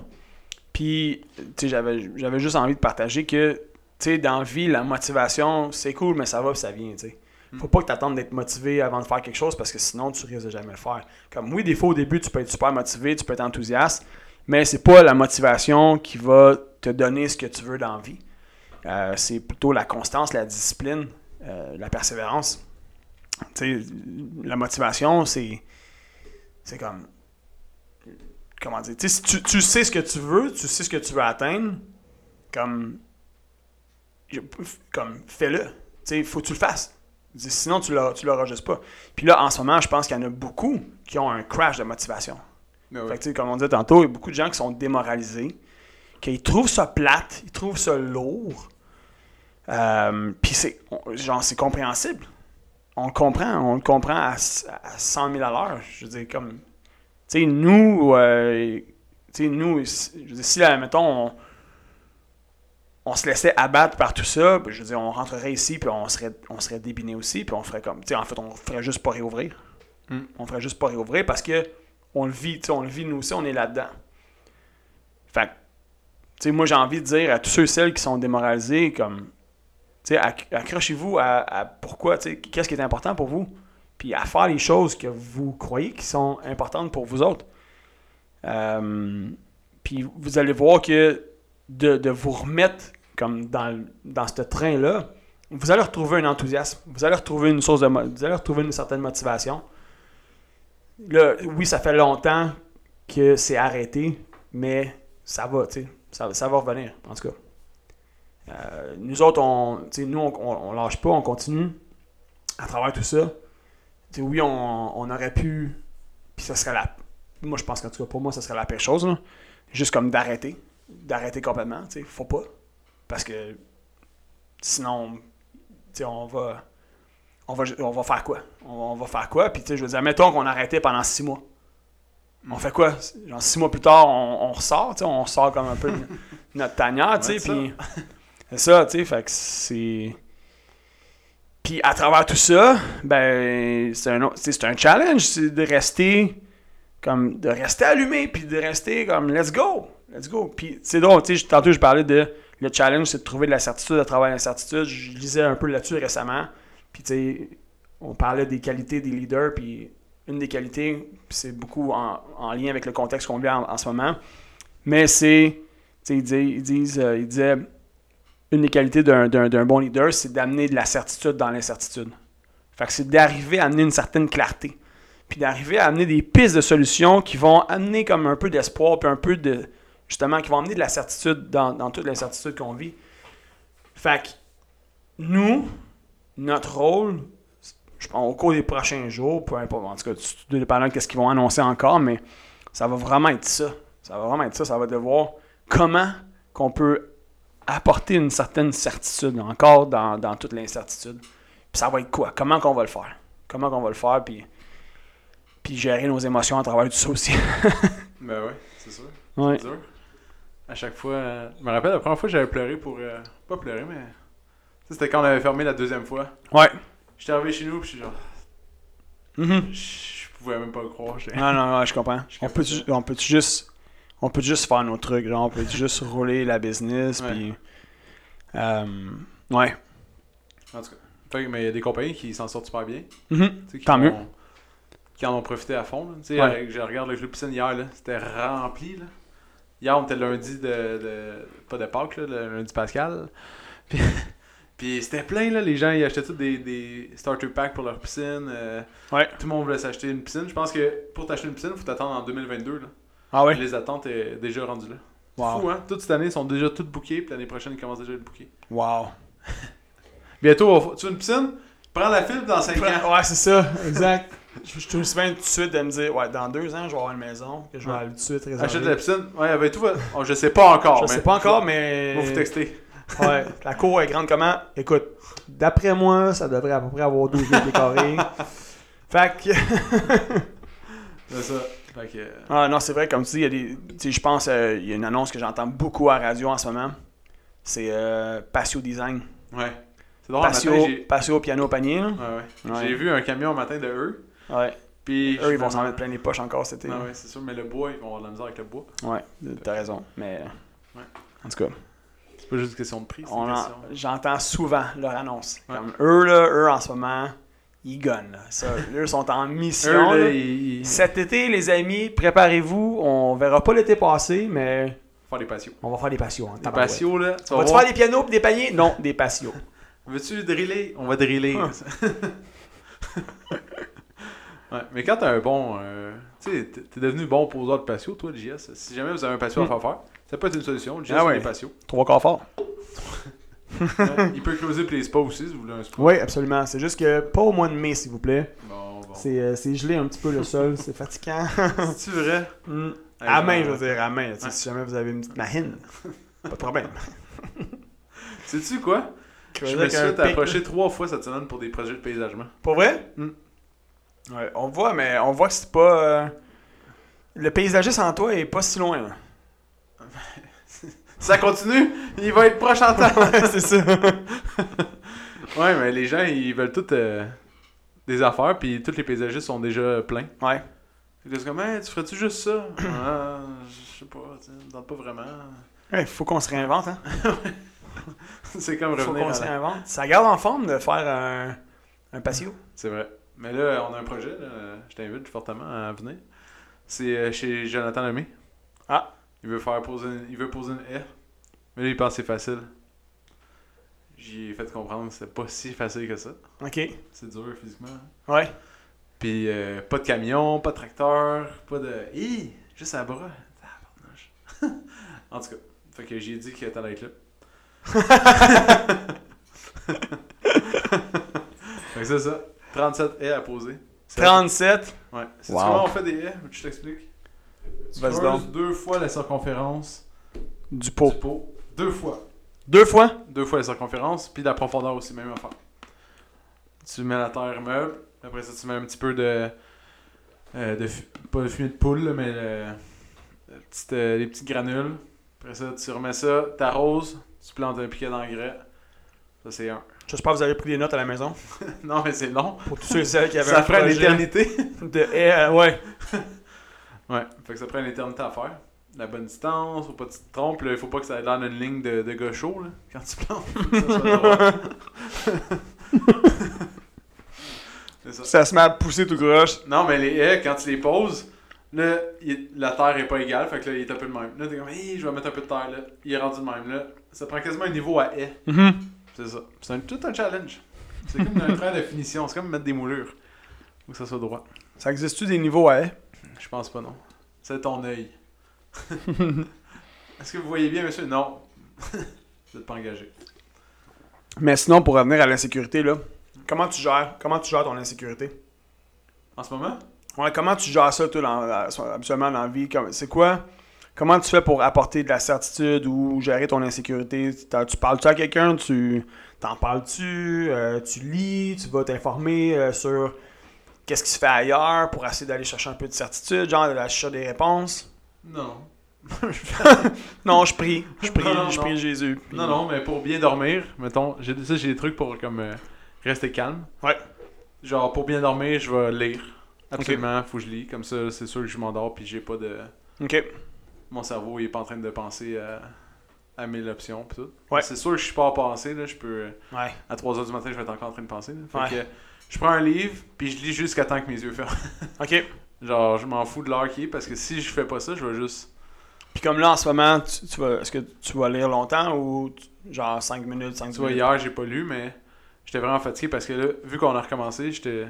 Speaker 2: Puis, tu sais, j'avais j'avais juste envie de partager que, tu sais, dans la vie, la motivation, c'est cool, mais ça va puis ça vient, tu sais. Faut pas que tu attendes d'être motivé avant de faire quelque chose parce que sinon, tu risques de jamais le faire. Comme oui, des fois, au début, tu peux être super motivé, tu peux être enthousiaste, mais c'est pas la motivation qui va te donner ce que tu veux dans la vie. Euh, c'est plutôt la constance, la discipline, euh, la persévérance. Tu sais, la motivation, c'est. C'est comme. Comment dire? Tu sais, si tu, tu sais ce que tu veux, tu sais ce que tu veux atteindre, comme. je- Comme, fais-le. Tu sais, faut que tu le fasses. Dis- Sinon, tu l'auras- tu l'auras juste pas. Puis là, en ce moment, je pense qu'il y en a beaucoup qui ont un crash de motivation.
Speaker 1: ben ouais.
Speaker 2: Fait que, tu sais, comme on disait tantôt, il y a beaucoup de gens qui sont démoralisés, qu'ils trouvent ça plate, ils trouvent ça lourd. Euh, Puis c'est on- genre c'est compréhensible. On le comprend, on le comprend à, c- à 100 000 à l'heure. Je veux dire, comme. Tu sais, nous, euh, tu sais, nous, si- je veux dire, si, là, mettons, on, on se laissait abattre par tout ça, ben, je veux dire, on rentrerait ici, puis on serait, on serait débiné aussi, puis on ferait comme. Tu sais, en fait, on ferait juste pas réouvrir.
Speaker 1: Mm.
Speaker 2: On ferait juste pas réouvrir parce que on le vit, tu sais, on le vit nous aussi, on est là-dedans. Fait que, tu sais, moi j'ai envie de dire à tous ceux et celles qui sont démoralisés, comme, tu sais, acc- accrochez-vous à, à pourquoi, tu sais, qu'est-ce qui est important pour vous, puis à faire les choses que vous croyez qui sont importantes pour vous autres. Euh, puis vous allez voir que de, de vous remettre comme dans, le- dans ce train-là, vous allez retrouver un enthousiasme, vous allez retrouver une source de, mo- vous allez retrouver une certaine motivation. Là, oui, ça fait longtemps que c'est arrêté, mais ça va, tu sais. Ça, ça va revenir, en tout cas. Euh, nous autres, on, tu sais, nous, on, on, on lâche pas, on continue à travers tout ça. Tu sais, oui, on, on aurait pu. Puis ça serait la. Moi, je pense qu'en tout cas, pour moi, ça serait la pire chose, là. Juste comme d'arrêter. D'arrêter complètement, tu sais. Faut pas. Parce que sinon, tu sais, on va on va, on va faire quoi? On va, on va faire quoi? Puis, tu sais, je veux dire, mettons qu'on arrêtait pendant six mois. On fait quoi? Genre, six mois plus tard, on, on ressort, tu sais, on ressort comme un peu de notre tanière, tu
Speaker 1: Ouais,
Speaker 2: sais,
Speaker 1: ça.
Speaker 2: puis... C'est ça, tu sais, fait que c'est... Puis, à travers tout ça, ben, c'est un, autre- tu sais, c'est un challenge, c'est de rester comme de rester allumé puis de rester comme let's go let's go puis c'est drôle tu sais je- tantôt je parlais de le challenge c'est de trouver de la certitude à travers l'incertitude je lisais un peu là-dessus récemment puis tu sais on parlait des qualités des leaders puis une des qualités puis c'est beaucoup en, en lien avec le contexte qu'on vit en, en ce moment mais c'est tu sais ils disent, ils disent euh, ils disaient une des qualités d'un- d'un d'un bon leader c'est d'amener de la certitude dans l'incertitude fait que c'est d'arriver à amener une certaine clarté puis d'arriver à amener des pistes de solutions qui vont amener comme un peu d'espoir, puis un peu de. justement, qui vont amener de la certitude dans, dans toute l'incertitude qu'on vit. Fait que nous, notre rôle, je pense, au cours des prochains jours, peu importe, en tout cas, tout tout dépendant de ce qu'ils vont annoncer encore, mais ça va vraiment être ça. Ça va vraiment être ça. Ça va devoir comment qu'on peut apporter une certaine certitude encore dans, dans toute l'incertitude. Puis ça va être quoi? Comment qu'on va le faire? comment on va le faire, puis, puis gérer nos émotions à travers tout ça aussi.
Speaker 1: Ben ouais, c'est sûr.
Speaker 2: Ouais.
Speaker 1: C'est dur. À chaque fois. euh, Je me rappelle la première fois que j'avais pleuré pour. euh, Pas pleuré, mais. Tu sais, c'était quand on avait fermé la deuxième fois.
Speaker 2: Ouais.
Speaker 1: J'étais arrivé chez nous, puis j'étais genre.
Speaker 2: Mhm.
Speaker 1: Je pouvais même pas le croire. j'étais-
Speaker 2: Non, non, non, je comprends.
Speaker 1: Je
Speaker 2: On
Speaker 1: comprends
Speaker 2: peut,
Speaker 1: ça.
Speaker 2: on peut juste on peut juste faire nos trucs, genre, on peut juste rouler la business,
Speaker 1: Ouais.
Speaker 2: puis... euh, ouais.
Speaker 1: En tout cas. Fait que- mais il y a des compagnies qui s'en sortent super bien.
Speaker 2: Mhm.
Speaker 1: tu sais, qui
Speaker 2: Tant mieux.
Speaker 1: ont- Qui en ont profité à fond. là. Tu sais,
Speaker 2: Ouais.
Speaker 1: avec- je regarde le club piscine hier, là, c'était rempli. Là. Hier, on était lundi de. de- pas de Pâques, là, le lundi Pascal. Puis, puis c'était plein, là. Les gens, ils achetaient tous des, des starter packs pour leur piscine. euh,
Speaker 2: Ouais.
Speaker 1: Tout le monde voulait s'acheter une piscine. Je pense que pour t'acheter une piscine, faut t'attendre en 2022. Là.
Speaker 2: Ah ouais?
Speaker 1: Les attentes est déjà rendues là. C'est
Speaker 2: Wow.
Speaker 1: Fou, hein? Toute cette année, ils sont déjà toutes bookées, puis l'année prochaine, ils commencent déjà à être bookés.
Speaker 2: Wow.
Speaker 1: Bientôt, on va- tu veux une piscine? Prends la file dans 5 ans.
Speaker 2: Ouais, c'est ça, exact. je, je trouve souvent tout de suite de me dire, ouais, dans deux ans, je vais avoir une maison, que je vais
Speaker 1: Ouais.
Speaker 2: aller tout de suite réserver.
Speaker 1: Achète la piscine. Ouais, ben tout va. oh, je sais pas encore.
Speaker 2: Je
Speaker 1: mais-
Speaker 2: sais pas encore, mais...
Speaker 1: Faut vous texter.
Speaker 2: Ouais, la cour est grande comment? Écoute, d'après moi, ça devrait à peu près avoir 12 mètres carrés. Fait que...
Speaker 1: C'est ça. Fait que. euh,
Speaker 2: Ah non, c'est vrai, comme tu dis, il y a des. tu sais, je pense, euh, il y a une annonce que j'entends beaucoup à la radio en ce moment. C'est euh, Patio Design.
Speaker 1: Ouais. C'est drôle,
Speaker 2: Patio,
Speaker 1: le matin, Ah, ben, j'ai.
Speaker 2: patio piano panier. là.
Speaker 1: Ouais, ouais.
Speaker 2: Ouais.
Speaker 1: J'ai vu un camion un matin de eux.
Speaker 2: Ouais.
Speaker 1: Puis.
Speaker 2: Eux, ils vont s'en mettre plein les poches encore cet été.
Speaker 1: Ouais, ouais, c'est sûr, mais le bois, ils vont avoir de la misère avec le bois.
Speaker 2: Ouais, t'as raison. Mais.
Speaker 1: Ouais.
Speaker 2: En tout cas,
Speaker 1: C'est pas juste une question de prix, c'est
Speaker 2: on
Speaker 1: une
Speaker 2: en-
Speaker 1: question.
Speaker 2: j'entends souvent leur annonce.
Speaker 1: Ouais.
Speaker 2: Comme eux, là, eux, en ce moment, ils gonnent. là. Ça, eux sont en mission.
Speaker 1: Eux, là,
Speaker 2: là.
Speaker 1: ils. ils-
Speaker 2: Cet été, les amis, préparez-vous. On verra pas l'été passé, mais
Speaker 1: Faire des patios.
Speaker 2: on va faire des patios. hein,
Speaker 1: Des
Speaker 2: tabarouette.
Speaker 1: patios, là. Tu vas
Speaker 2: Vas-tu
Speaker 1: voir.
Speaker 2: faire des pianos pis des paniers? Non, des patios.
Speaker 1: Veux-tu driller On va driller.
Speaker 2: Ah.
Speaker 1: ouais, mais quand t'as un bon. euh, tu sais, t'es t'es devenu bon poseur de patio, toi, le JS. Si jamais vous avez un patio à
Speaker 2: Hmm.
Speaker 1: faire faire, ça peut être une solution. Le JS
Speaker 2: Ah ouais.
Speaker 1: fait des patios.
Speaker 2: Trois quarts fort.
Speaker 1: Ouais, Il peut creuser pour les spas aussi si vous voulez un spa.
Speaker 2: Oui, absolument. C'est juste que pas au mois de mai, s'il vous plaît.
Speaker 1: Bon, bon.
Speaker 2: C'est, euh, c'est gelé un petit peu le sol, c'est fatigant.
Speaker 1: C'est-tu vrai
Speaker 2: Mm.
Speaker 1: Hey,
Speaker 2: À
Speaker 1: je-
Speaker 2: main, je veux dire, à main. tu sais,
Speaker 1: Ouais.
Speaker 2: Si jamais vous avez une petite mahine, pas de problème.
Speaker 1: Sais-tu quoi? Je me suis fait approcher trois fois cette semaine pour des projets de paysagement.
Speaker 2: Pour vrai?
Speaker 1: Mm.
Speaker 2: Ouais, on voit, mais on voit que c'est pas. euh, Le paysagiste en toi est pas si loin. là.
Speaker 1: Ça continue, il va être proche en temps.
Speaker 2: Ouais, c'est ça.
Speaker 1: ouais, mais les gens, ils veulent toutes euh, des affaires, puis tous les paysagistes sont déjà pleins.
Speaker 2: Ouais.
Speaker 1: Fait que C'est comme, Hey, tu ferais-tu juste ça? ah, je sais pas, tu sais, ça me tente pas vraiment.
Speaker 2: Ouais, faut qu'on se réinvente, hein.
Speaker 1: C'est comme
Speaker 2: Faut
Speaker 1: revenir
Speaker 2: qu'on
Speaker 1: à
Speaker 2: se
Speaker 1: la-
Speaker 2: réinvente. Ça garde en forme de faire un, un patio.
Speaker 1: C'est vrai. Mais là, on a un projet, là, je t'invite fortement à venir. C'est euh, chez Jonathan Lemay.
Speaker 2: Ah.
Speaker 1: Il veut faire poser une, il veut poser une haie. Mais là, il pense que c'est facile. J'y ai fait comprendre que c'est pas si facile que ça.
Speaker 2: Ok.
Speaker 1: C'est dur physiquement. hein.
Speaker 2: Ouais.
Speaker 1: Puis euh, pas de camion, pas de tracteur, pas de. Hi! Juste à bras. Tabarnouche. en tout cas, fait que j'ai dit que t'allais être là. fait que c'est ça. 37 haies à poser. C'est-
Speaker 2: 37.
Speaker 1: Ouais. C'est
Speaker 2: Wow.
Speaker 1: comment on fait des haies Je t'explique. Tu
Speaker 2: Vas-y
Speaker 1: creuses
Speaker 2: donc.
Speaker 1: deux fois la circonférence
Speaker 2: Du pot.
Speaker 1: du pot. Deux fois.
Speaker 2: Deux fois?
Speaker 1: Deux fois la circonférence, puis la profondeur aussi, même affaire. Tu mets la terre meuble, après ça, tu mets un petit peu de. euh, de fu- pas de fumée de poule, là, mais le- la petite, euh, les petits granules. Après ça, tu remets ça, t'arroses, tu plantes un piquet d'engrais. Ça, c'est un.
Speaker 2: J'espère que vous avez pris des notes à la maison.
Speaker 1: non, mais c'est long.
Speaker 2: Pour tous ceux et celles qui avaient
Speaker 1: Ça
Speaker 2: un
Speaker 1: prend une
Speaker 2: projet
Speaker 1: éternité.
Speaker 2: de haie, euh, ouais.
Speaker 1: Ouais, fait que ça prend une éternité à faire. La bonne distance, faut pas que tu te trompes, là, il faut pas que ça ait l'air d'une ligne de, de gaucho, là, quand tu plantes. Ça soit drôle. C'est ça.
Speaker 2: Ça se met à pousser tout croche.
Speaker 1: Non, mais les haies, quand tu les poses, là, il- la terre est pas égale, fait que là, il est un peu de même. Là, t'es comme, hey, je vais mettre un peu de terre, là. Il est rendu de même, là. Ça prend quasiment un niveau à haie. C'est ça. C'est un, tout un challenge. C'est comme un train de finition, c'est comme mettre des moulures. Faut que ça soit droit.
Speaker 2: Ça existe-tu des niveaux à haie?
Speaker 1: Je pense pas, non. C'est ton œil. Est-ce que vous voyez bien, monsieur Non. vous êtes pas engagé.
Speaker 2: Mais sinon, pour revenir à l'insécurité, là, comment tu gères? Comment tu gères ton insécurité?
Speaker 1: En ce moment
Speaker 2: Ouais, comment tu gères ça, toi, dans, dans- habituellement dans la vie? Comme- C'est quoi? Comment tu fais pour apporter de la certitude ou gérer ton insécurité? T'as- Tu parles-tu à quelqu'un? Tu t'en parles-tu? Euh, tu lis? Tu vas t'informer euh, sur qu'est-ce qui se fait ailleurs pour essayer d'aller chercher un peu de certitude, genre d'aller chercher des réponses.
Speaker 1: Non.
Speaker 2: Non, je prie. Je prie,
Speaker 1: Non, non,
Speaker 2: je
Speaker 1: non.
Speaker 2: prie Jésus. puis-
Speaker 1: Non, non, mais pour bien dormir, mettons, j'ai ça, j'ai des trucs pour comme euh, rester calme.
Speaker 2: Ouais.
Speaker 1: Genre pour bien dormir, je vais lire. Absolument, faut que je lis. Comme ça, c'est sûr que je m'endors puis j'ai pas de.
Speaker 2: Ok.
Speaker 1: Mon cerveau il est pas en train de penser à, à mille options pis tout.
Speaker 2: Ouais.
Speaker 1: C'est sûr que je suis pas à penser, là, je peux.
Speaker 2: Ouais.
Speaker 1: À 3h du matin, je vais être encore en train de penser. là. Fait
Speaker 2: Ouais.
Speaker 1: que je prends un livre puis je lis jusqu'à temps que mes yeux ferment.
Speaker 2: Ok.
Speaker 1: Genre, je m'en fous de l'heure qui est parce que si je fais pas ça, je vais juste.
Speaker 2: Puis comme là, en ce moment, tu, tu vas, est-ce que tu vas lire longtemps ou tu- genre 5 minutes, 5
Speaker 1: Tu vois,
Speaker 2: minutes?
Speaker 1: hier, j'ai pas lu, mais j'étais vraiment fatigué parce que là, vu qu'on a recommencé, j'étais.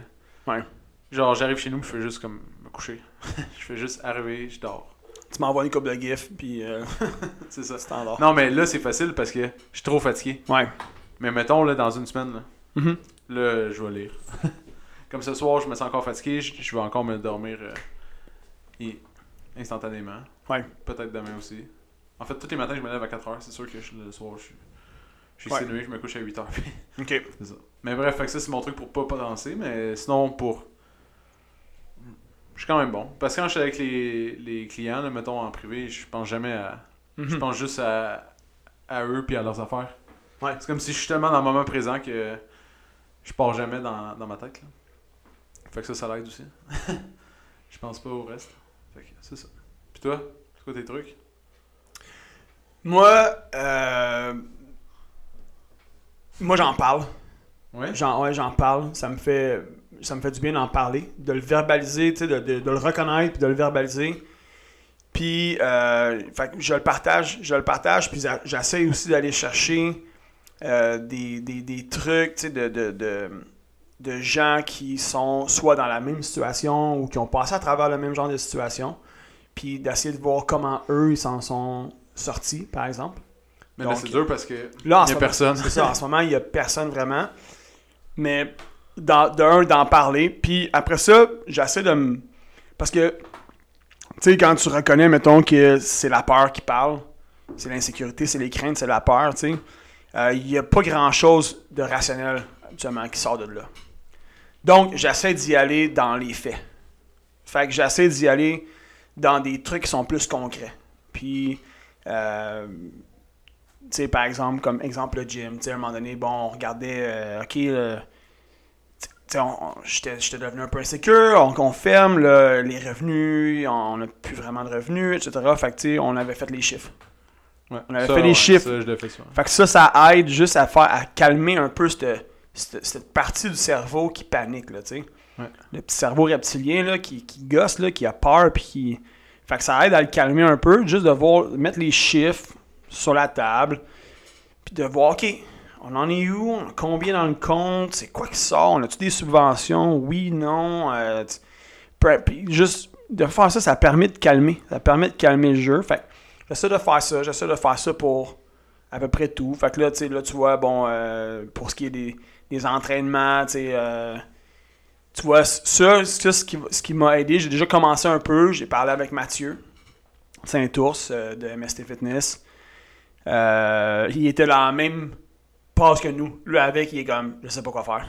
Speaker 2: Ouais.
Speaker 1: Genre, j'arrive chez nous, puis je fais juste comme me coucher. je fais juste arriver, je dors.
Speaker 2: Tu m'envoies une coupe de gifs, puis euh,
Speaker 1: C'est ça.
Speaker 2: tu t'endors.
Speaker 1: Non, mais là, c'est facile parce que je suis trop fatigué.
Speaker 2: Ouais.
Speaker 1: Mais mettons, là, dans une semaine, là,
Speaker 2: Mhm.
Speaker 1: là je vais lire. comme ce soir, je me sens encore fatigué, je je vais encore me dormir euh, et- instantanément.
Speaker 2: Ouais.
Speaker 1: Peut-être demain aussi. En fait, tous les matins, je me lève à 4h. C'est sûr que je- le soir, je suis. Je suis
Speaker 2: Ouais.
Speaker 1: exténué, je me couche à 8 heures.
Speaker 2: Ok.
Speaker 1: C'est ça. Mais bref, fait que ça c'est mon truc pour pas penser, mais sinon pour. Je suis quand même bon. Parce que quand je suis avec les, les clients, là, mettons en privé, je pense jamais à. Je
Speaker 2: Mhm.
Speaker 1: pense juste à, à eux puis à leurs affaires.
Speaker 2: Ouais.
Speaker 1: C'est comme si je suis tellement dans le moment présent que je pars jamais dans, dans ma tête. là. Fait que ça, ça l'aide aussi. je pense pas au reste. Fait que c'est ça. Puis toi, c'est quoi tes trucs
Speaker 2: Moi, euh, moi j'en parle.
Speaker 1: Ouais.
Speaker 2: J'en, ouais, j'en parle. Ça me fait, ça me fait du bien d'en parler, de le verbaliser, tu sais, de, de- de le reconnaître puis de le verbaliser. Puis, euh, fait que je le partage, je le partage. Puis j'a- j'essaie aussi d'aller chercher euh, des, des- des trucs, tu sais, de, de, de, de gens qui sont soit dans la même situation ou qui ont passé à travers le même genre de situation. Puis d'essayer de voir comment eux ils s'en sont sortis, par exemple.
Speaker 1: Mais là,
Speaker 2: Donc,
Speaker 1: c'est dur parce que.
Speaker 2: Là, en
Speaker 1: Il y
Speaker 2: ce
Speaker 1: a
Speaker 2: moment-
Speaker 1: personne.
Speaker 2: c'est ça, en ce moment, il n'y a personne vraiment. Mais dans- de un, d'en parler. Puis après ça, j'essaie de me. Parce que, tu sais, quand tu reconnais, mettons, que c'est la peur qui parle, c'est l'insécurité, c'est les craintes, c'est la peur, tu sais, euh, il n'y a pas grand-chose de rationnel, habituellement, qui sort de là. Donc, j'essaie d'y aller dans les faits. Fait que j'essaie d'y aller dans des trucs qui sont plus concrets. Puis, euh, tu sais, par exemple, comme exemple le gym, tu sais, à un moment donné, bon, on regardait, euh, ok, le- tu sais, on- on- j'étais j'étais devenu un peu insécure, on, on ferme le- les revenus, on n'a plus vraiment de revenus, etc. Fait que, tu sais, on avait fait les chiffres.
Speaker 1: Ouais.
Speaker 2: On avait
Speaker 1: Ça,
Speaker 2: fait les
Speaker 1: ouais,
Speaker 2: chiffres.
Speaker 1: ça, je l'ai fait souvent.
Speaker 2: Fait que ça, ça aide juste à faire à calmer un peu cette, cette, cette partie du cerveau qui panique, là, tu sais.
Speaker 1: Ouais.
Speaker 2: Le petit cerveau reptilien, là, qui, qui gosse, là, qui a peur, puis qui... Fait que ça aide à le calmer un peu, juste de voir, mettre les chiffres sur la table, puis de voir, OK, on en est où, on a combien dans le compte, c'est quoi qui sort, on a-tu des subventions, oui, non, euh, tu- peu- puis juste de faire ça, ça permet de calmer, ça permet de calmer le jeu, fait que j'essaie de faire ça, j'essaie de faire ça pour à peu près tout. Fait que là, tu sais, là, tu vois, bon, euh, pour ce qui est des, des entraînements, tu sais, euh, tu vois, ça, ça, ce qui, ce qui m'a aidé, j'ai déjà commencé un peu, j'ai parlé avec Mathieu Saint-Ours euh, de MST Fitness. Euh, il était là en même passe que nous. Lui avec, il est comme, je sais pas quoi faire.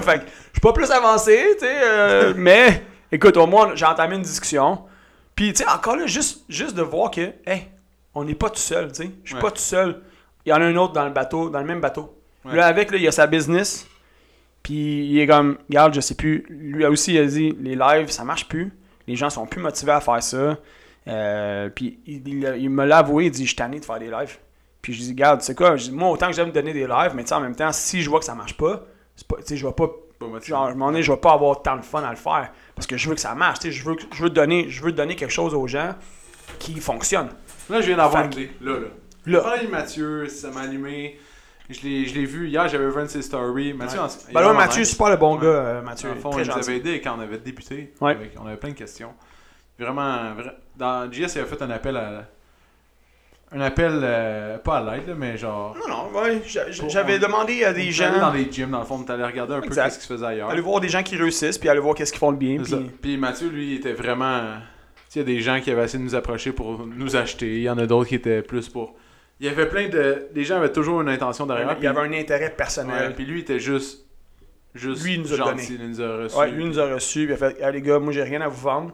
Speaker 2: fait que je suis pas plus avancé, tu sais, euh, mais écoute, au moins, j'ai entamé une discussion. Puis, tu sais, encore là, juste, juste de voir que, hey, on n'est pas tout seul, tu sais. Je suis
Speaker 1: Ouais.
Speaker 2: pas tout seul. Il y en a un autre dans le bateau, dans le même bateau.
Speaker 1: Ouais.
Speaker 2: Là, avec, là, il a sa business. Puis il est comme, regarde, je sais plus. Lui aussi, il a dit, les lives, ça marche plus. Les gens sont plus motivés à faire ça. Euh, puis il, il- il me l'a avoué, il dit, je suis tanné de faire des lives. Puis je dis, regarde, tu sais quoi, je dis, moi, autant que j'aime donner des lives, mais tu sais, en même temps, si je vois que ça marche pas, c'est pas- tu sais, je vais pas
Speaker 1: Pas motivé.
Speaker 2: genre, je m'en ai, je vais pas avoir tant de fun à le faire parce que je veux que ça marche, tu sais, je veux, que- je veux donner, je veux donner quelque chose aux gens qui fonctionne.
Speaker 1: Là, je viens d'avoir
Speaker 2: Fait
Speaker 1: une clé. Là, là.
Speaker 2: Là.
Speaker 1: J'ai parlé de Mathieu, ça m'a allumé. Je l'ai je l'ai vu hier, j'avais vu une de ses stories. Mathieu,
Speaker 2: Ouais.
Speaker 1: en- il est
Speaker 2: Ben là,
Speaker 1: vraiment
Speaker 2: Mathieu,
Speaker 1: nice.
Speaker 2: c'est pas le bon
Speaker 1: Ouais.
Speaker 2: gars, euh, Mathieu.
Speaker 1: Dans le fond,
Speaker 2: très
Speaker 1: il nous
Speaker 2: gentil.
Speaker 1: avait aidé quand on avait débuté.
Speaker 2: Ouais.
Speaker 1: Avec- on avait plein de questions. Vraiment, vra- dans JS, il a fait un appel à. Un appel, euh, pas à l'aide, là, mais genre.
Speaker 2: Non, non, ouais, j'a- j'a-
Speaker 1: Pour-
Speaker 2: j'avais
Speaker 1: on-
Speaker 2: demandé à des
Speaker 1: on est allé dans
Speaker 2: gens,
Speaker 1: les gyms, dans le fond, t'allais regarder un
Speaker 2: Exact.
Speaker 1: peu ce qui se faisait ailleurs.
Speaker 2: aller voir des gens qui réussissent, puis aller voir qu'est-ce qu'ils font de bien.
Speaker 1: C'est ça.
Speaker 2: Puis...
Speaker 1: Puis Mathieu, lui, il était vraiment. Tu sais, il y a des gens qui avaient essayé de nous approcher pour nous acheter. Il y en a d'autres qui étaient plus pour. Il y avait plein de. Les gens avaient toujours une intention derrière.
Speaker 2: Il y avait un intérêt personnel.
Speaker 1: Ouais, puis lui, il était juste Juste
Speaker 2: Lui, il nous a
Speaker 1: gentil,
Speaker 2: donné.
Speaker 1: il nous a reçus.
Speaker 2: Ouais, lui nous a reçus, puis il a fait Ah, les gars, moi j'ai rien à vous vendre.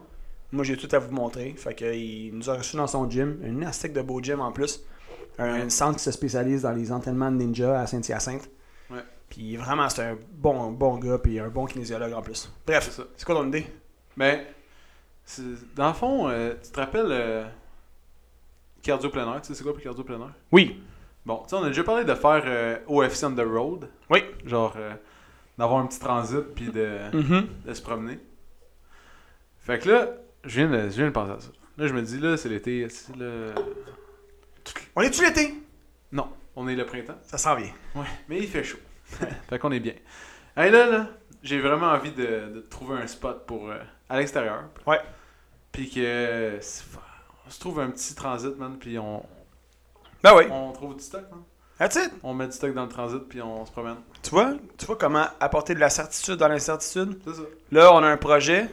Speaker 2: Moi j'ai tout à vous montrer. Fait que, il nous a reçus dans son gym, une astique de beau gym en plus. Un centre qui se spécialise dans les entraînements de ninja à Saint-Hyacinthe.
Speaker 1: Ouais.
Speaker 2: Puis vraiment, c'est un bon, bon gars, puis un bon kinésiologue en plus.
Speaker 1: C'est
Speaker 2: Bref,
Speaker 1: ça.
Speaker 2: c'est quoi ton idée
Speaker 1: Mais, c'est- dans le fond, euh, tu te rappelles euh, cardio plein air? Tu sais, c'est quoi pour cardio plein air?
Speaker 2: Oui.
Speaker 1: Bon, tu sais, on a déjà parlé de faire euh, OFC on the road.
Speaker 2: Oui.
Speaker 1: Genre, euh, d'avoir un petit transit puis de,
Speaker 2: Mm-hmm.
Speaker 1: de se promener. Fait que là, je viens, de, je viens de penser à ça. Là, je me dis, là, c'est l'été. c'est le-
Speaker 2: On est-tu l'été
Speaker 1: Non, on est le printemps.
Speaker 2: Ça s'en vient.
Speaker 1: Ouais, mais il fait chaud. fait qu'on est bien. Hey, là, là, j'ai vraiment envie de, de trouver un spot pour euh, à l'extérieur.
Speaker 2: Ouais.
Speaker 1: Puis que euh, c'est- on se trouve un petit transit, man, puis on,
Speaker 2: Ben oui.
Speaker 1: on trouve du stock, man.
Speaker 2: That's it.
Speaker 1: On met du stock dans le transit, puis on se promène.
Speaker 2: Tu vois, tu vois comment apporter de la certitude dans l'incertitude
Speaker 1: C'est ça.
Speaker 2: Là, on a un projet.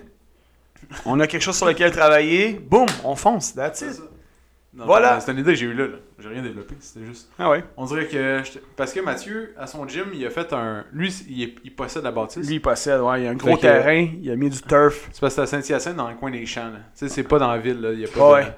Speaker 2: On a quelque chose sur lequel travailler. Boum, on fonce. That's
Speaker 1: C'est
Speaker 2: it.
Speaker 1: ça. Non,
Speaker 2: Voilà.
Speaker 1: mais C'est une idée que j'ai eue là, là. J'ai rien développé, c'était juste.
Speaker 2: Ah ouais.
Speaker 1: On dirait que. j'étais- Parce que Mathieu, à son gym, il a fait un. Lui, il, est- il possède la bâtisse.
Speaker 2: Lui, il possède, ouais, il a un
Speaker 1: Fait
Speaker 2: gros
Speaker 1: que-
Speaker 2: terrain, il a mis du turf.
Speaker 1: C'est parce que c'est à Saint-Hyacinthe, dans le coin des champs, là. Tu sais, c'est pas dans la ville, là. Il y a pas de-
Speaker 2: Ouais.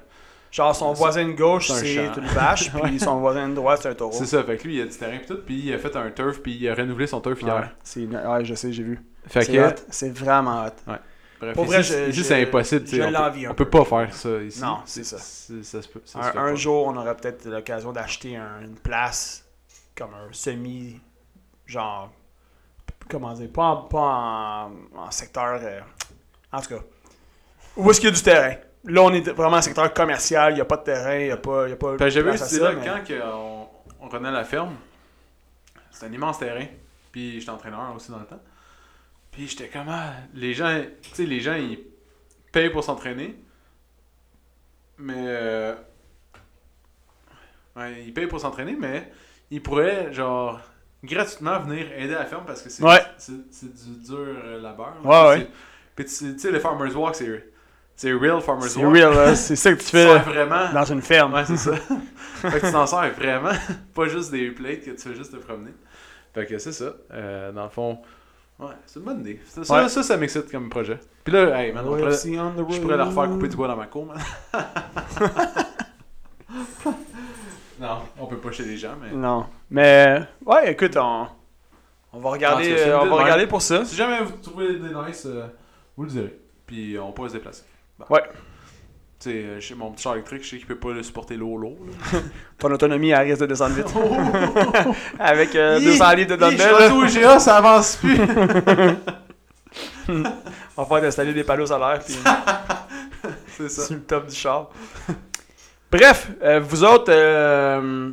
Speaker 2: Genre, son
Speaker 1: C'est-
Speaker 2: voisin de gauche,
Speaker 1: c'est un
Speaker 2: c'est
Speaker 1: champ.
Speaker 2: une vache, puis son voisin de droite, c'est un taureau.
Speaker 1: C'est ça, fait que lui, il a du terrain pis tout, puis il a fait un turf, puis il a renouvelé son turf
Speaker 2: Ouais,
Speaker 1: hier.
Speaker 2: c'est une- ouais, je sais, j'ai vu.
Speaker 1: Fait
Speaker 2: C'est
Speaker 1: que,
Speaker 2: hot, c'est vraiment hot.
Speaker 1: bref,
Speaker 2: Pour vrai,
Speaker 1: c'est- c'est
Speaker 2: je-
Speaker 1: juste
Speaker 2: je-
Speaker 1: impossible, tu
Speaker 2: je
Speaker 1: sais. On,
Speaker 2: l'envie
Speaker 1: peut-
Speaker 2: un
Speaker 1: on peut pas faire ça ici.
Speaker 2: Non, c'est ça.
Speaker 1: C'est- Ça se peut. ça se
Speaker 2: Un,
Speaker 1: fait
Speaker 2: un
Speaker 1: pas.
Speaker 2: jour, on aura peut-être l'occasion d'acheter un- une place comme un semi, genre, comment dire, pas en, pas en, en secteur, euh, en tout cas, où est-ce qu'il y a du terrain? Là, on est vraiment en secteur commercial, il n'y a pas de terrain, il n'y a pas, il y a pas
Speaker 1: Fait que j'avais eu
Speaker 2: place à
Speaker 1: cette
Speaker 2: ça,
Speaker 1: idée-là
Speaker 2: mais-
Speaker 1: quand que on, on revenait à la ferme. C'était un immense terrain. Puis j'étais entraîneur aussi dans le temps. Puis j'étais comme ah, les gens, tu sais les gens ils payent pour s'entraîner. Mais euh, ouais, ils payent pour s'entraîner mais ils pourraient genre gratuitement venir aider à la ferme parce que c'est
Speaker 2: Ouais.
Speaker 1: c'est c'est du dur euh, labeur.
Speaker 2: Ouais,
Speaker 1: C'est- Puis tu tu sais le farmers walk c'est c'est real farmers
Speaker 2: C'est
Speaker 1: walk.
Speaker 2: real, là, c'est ça que tu
Speaker 1: Tu
Speaker 2: fais
Speaker 1: sens vraiment
Speaker 2: dans une ferme.
Speaker 1: Ouais, c'est ça. fait que tu t'en sers vraiment. Pas juste des plates que tu fais juste te promener. Fait que c'est ça. Euh, dans le fond, ouais, c'est une bonne idée. Ça, ça,
Speaker 2: Ouais.
Speaker 1: ça, ça m'excite comme projet. Puis là, hey, man, on pourrait- je pourrais leur faire couper du bois dans ma cour, man. non, on peut pas chez les gens, mais.
Speaker 2: Non. Mais, ouais, écoute, on, on va regarder,
Speaker 1: Ah, c'est
Speaker 2: euh, on
Speaker 1: une
Speaker 2: va
Speaker 1: idée,
Speaker 2: regarder pour ça.
Speaker 1: Si jamais vous trouvez des nice, euh, vous le direz. Puis on pourrait se déplacer. Bon.
Speaker 2: Ouais.
Speaker 1: Tu sais, euh, chez mon petit char électrique, je sais qu'il peut pas le supporter lourd lourd. là.
Speaker 2: Ton autonomie, elle risque de descendre vite.
Speaker 1: Oh!
Speaker 2: Avec euh,
Speaker 1: Hi,
Speaker 2: 200 livres de
Speaker 1: hi, je suis
Speaker 2: dumbbell,
Speaker 1: rendu au GA, ça avance plus.
Speaker 2: on va faire installer des panneaux solaires puis
Speaker 1: c'est ça.
Speaker 2: sur le top du char. Bref, euh, vous autres, euh,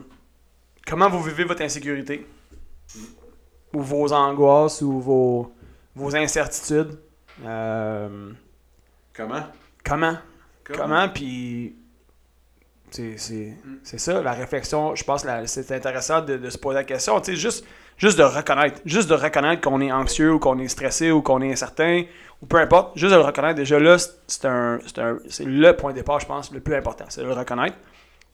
Speaker 2: comment vous vivez votre insécurité? Ou vos angoisses, ou vos, vos incertitudes? Euh,
Speaker 1: Comment?
Speaker 2: comment? Comment? Puis c'est- c'est
Speaker 1: Mm.
Speaker 2: c'est ça, la réflexion, je pense que c'est intéressant de, de se poser la question, tu sais, juste, juste de reconnaître, juste de reconnaître qu'on est anxieux ou qu'on est stressé ou qu'on est incertain, ou peu importe, juste de le reconnaître, déjà là, c'est- c'est un, c'est un- c'est le point de départ, je pense, le plus important, c'est de le reconnaître.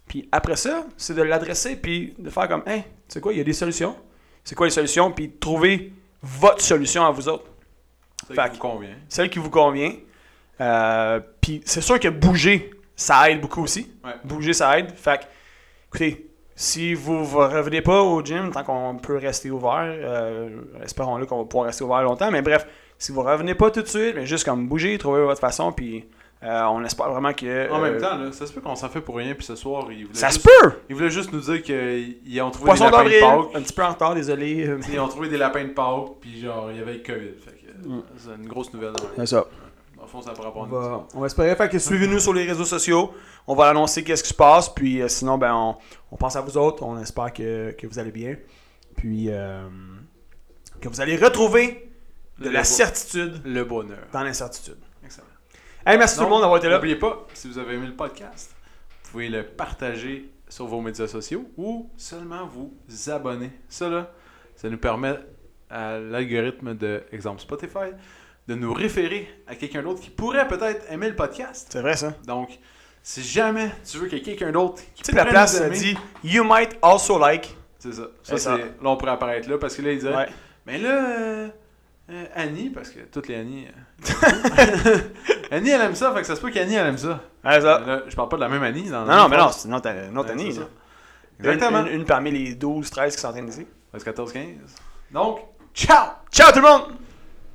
Speaker 2: Puis après ça, c'est de l'adresser, puis de faire comme, hey, tu sais quoi, il y a des solutions. C'est quoi les solutions? Puis trouver votre solution à vous autres
Speaker 1: Ça
Speaker 2: Fait
Speaker 1: qui vous
Speaker 2: que-
Speaker 1: convient.
Speaker 2: celle qui vous convient. Euh, Puis c'est sûr que bouger, ça aide beaucoup aussi.
Speaker 1: Ouais.
Speaker 2: Bouger, ça aide. Fait que, écoutez, si vous ne revenez pas au gym, tant qu'on peut rester ouvert, euh, espérons-le qu'on va pouvoir rester ouvert longtemps, mais bref, si vous revenez pas tout de suite, mais juste comme bouger, trouver votre façon, puis euh, on espère vraiment que.
Speaker 1: En même
Speaker 2: euh,
Speaker 1: temps, là, ça se peut qu'on s'en fait pour rien, puis ce soir, ils voulaient,
Speaker 2: ça se
Speaker 1: juste,
Speaker 2: peut!
Speaker 1: ils voulaient juste nous dire qu'ils ont trouvé
Speaker 2: Poisson
Speaker 1: des lapins
Speaker 2: d'avril!
Speaker 1: de
Speaker 2: Un
Speaker 1: Pâques.
Speaker 2: petit peu en retard, désolé. euh, mais-
Speaker 1: Ils ont trouvé des lapins de Pâques, puis genre, il y avait le COVID. Fait que, euh,
Speaker 2: Mm.
Speaker 1: c'est une grosse nouvelle. Dans,
Speaker 2: C'est ça.
Speaker 1: dans le fond, ça pourra pas
Speaker 2: On
Speaker 1: nous.
Speaker 2: va, on va espérer. Fait que suivez-nous sur les réseaux sociaux. On va l'annoncer qu'est-ce qui se passe. Puis euh, sinon, ben, on, on pense à vous autres. On espère que, que vous allez bien. Puis euh, que vous allez retrouver de
Speaker 1: Le
Speaker 2: la
Speaker 1: bo-
Speaker 2: certitude
Speaker 1: Le bonheur.
Speaker 2: dans l'incertitude.
Speaker 1: Excellent.
Speaker 2: Hey, merci tout le monde d'avoir été là.
Speaker 1: N'oubliez pas, si vous avez aimé le podcast, vous pouvez le partager sur vos médias sociaux ou seulement vous abonner. Ça, là, ça nous permet à l'algorithme de, exemple, Spotify, de nous référer à quelqu'un d'autre qui pourrait peut-être aimer le podcast.
Speaker 2: C'est vrai, ça.
Speaker 1: Donc, si jamais tu veux qu'il y ait quelqu'un d'autre qui
Speaker 2: Tu sais, la
Speaker 1: pourrait
Speaker 2: place
Speaker 1: nous
Speaker 2: ça
Speaker 1: aimer,
Speaker 2: dit You might also like.
Speaker 1: C'est ça.
Speaker 2: C'est
Speaker 1: Ça,
Speaker 2: ça.
Speaker 1: c'est- Là, on pourrait apparaître là parce que là, il dirait
Speaker 2: Ouais.
Speaker 1: Mais là, euh, Euh, Annie, parce que toutes les Annie. euh, Annie, elle aime ça, fait que ça se peut qu'Annie, elle aime ça.
Speaker 2: Ouais, ça.
Speaker 1: Là, Euh, je parle pas de la même Annie. Dans
Speaker 2: Euh, Non, non, mais non, c'est une autre, une autre année. là.
Speaker 1: Exactement.
Speaker 2: Une, une- une parmi les 12, 13 qui s'entraînent ici.
Speaker 1: 14, 15. Donc, ciao!
Speaker 2: Ciao tout le monde!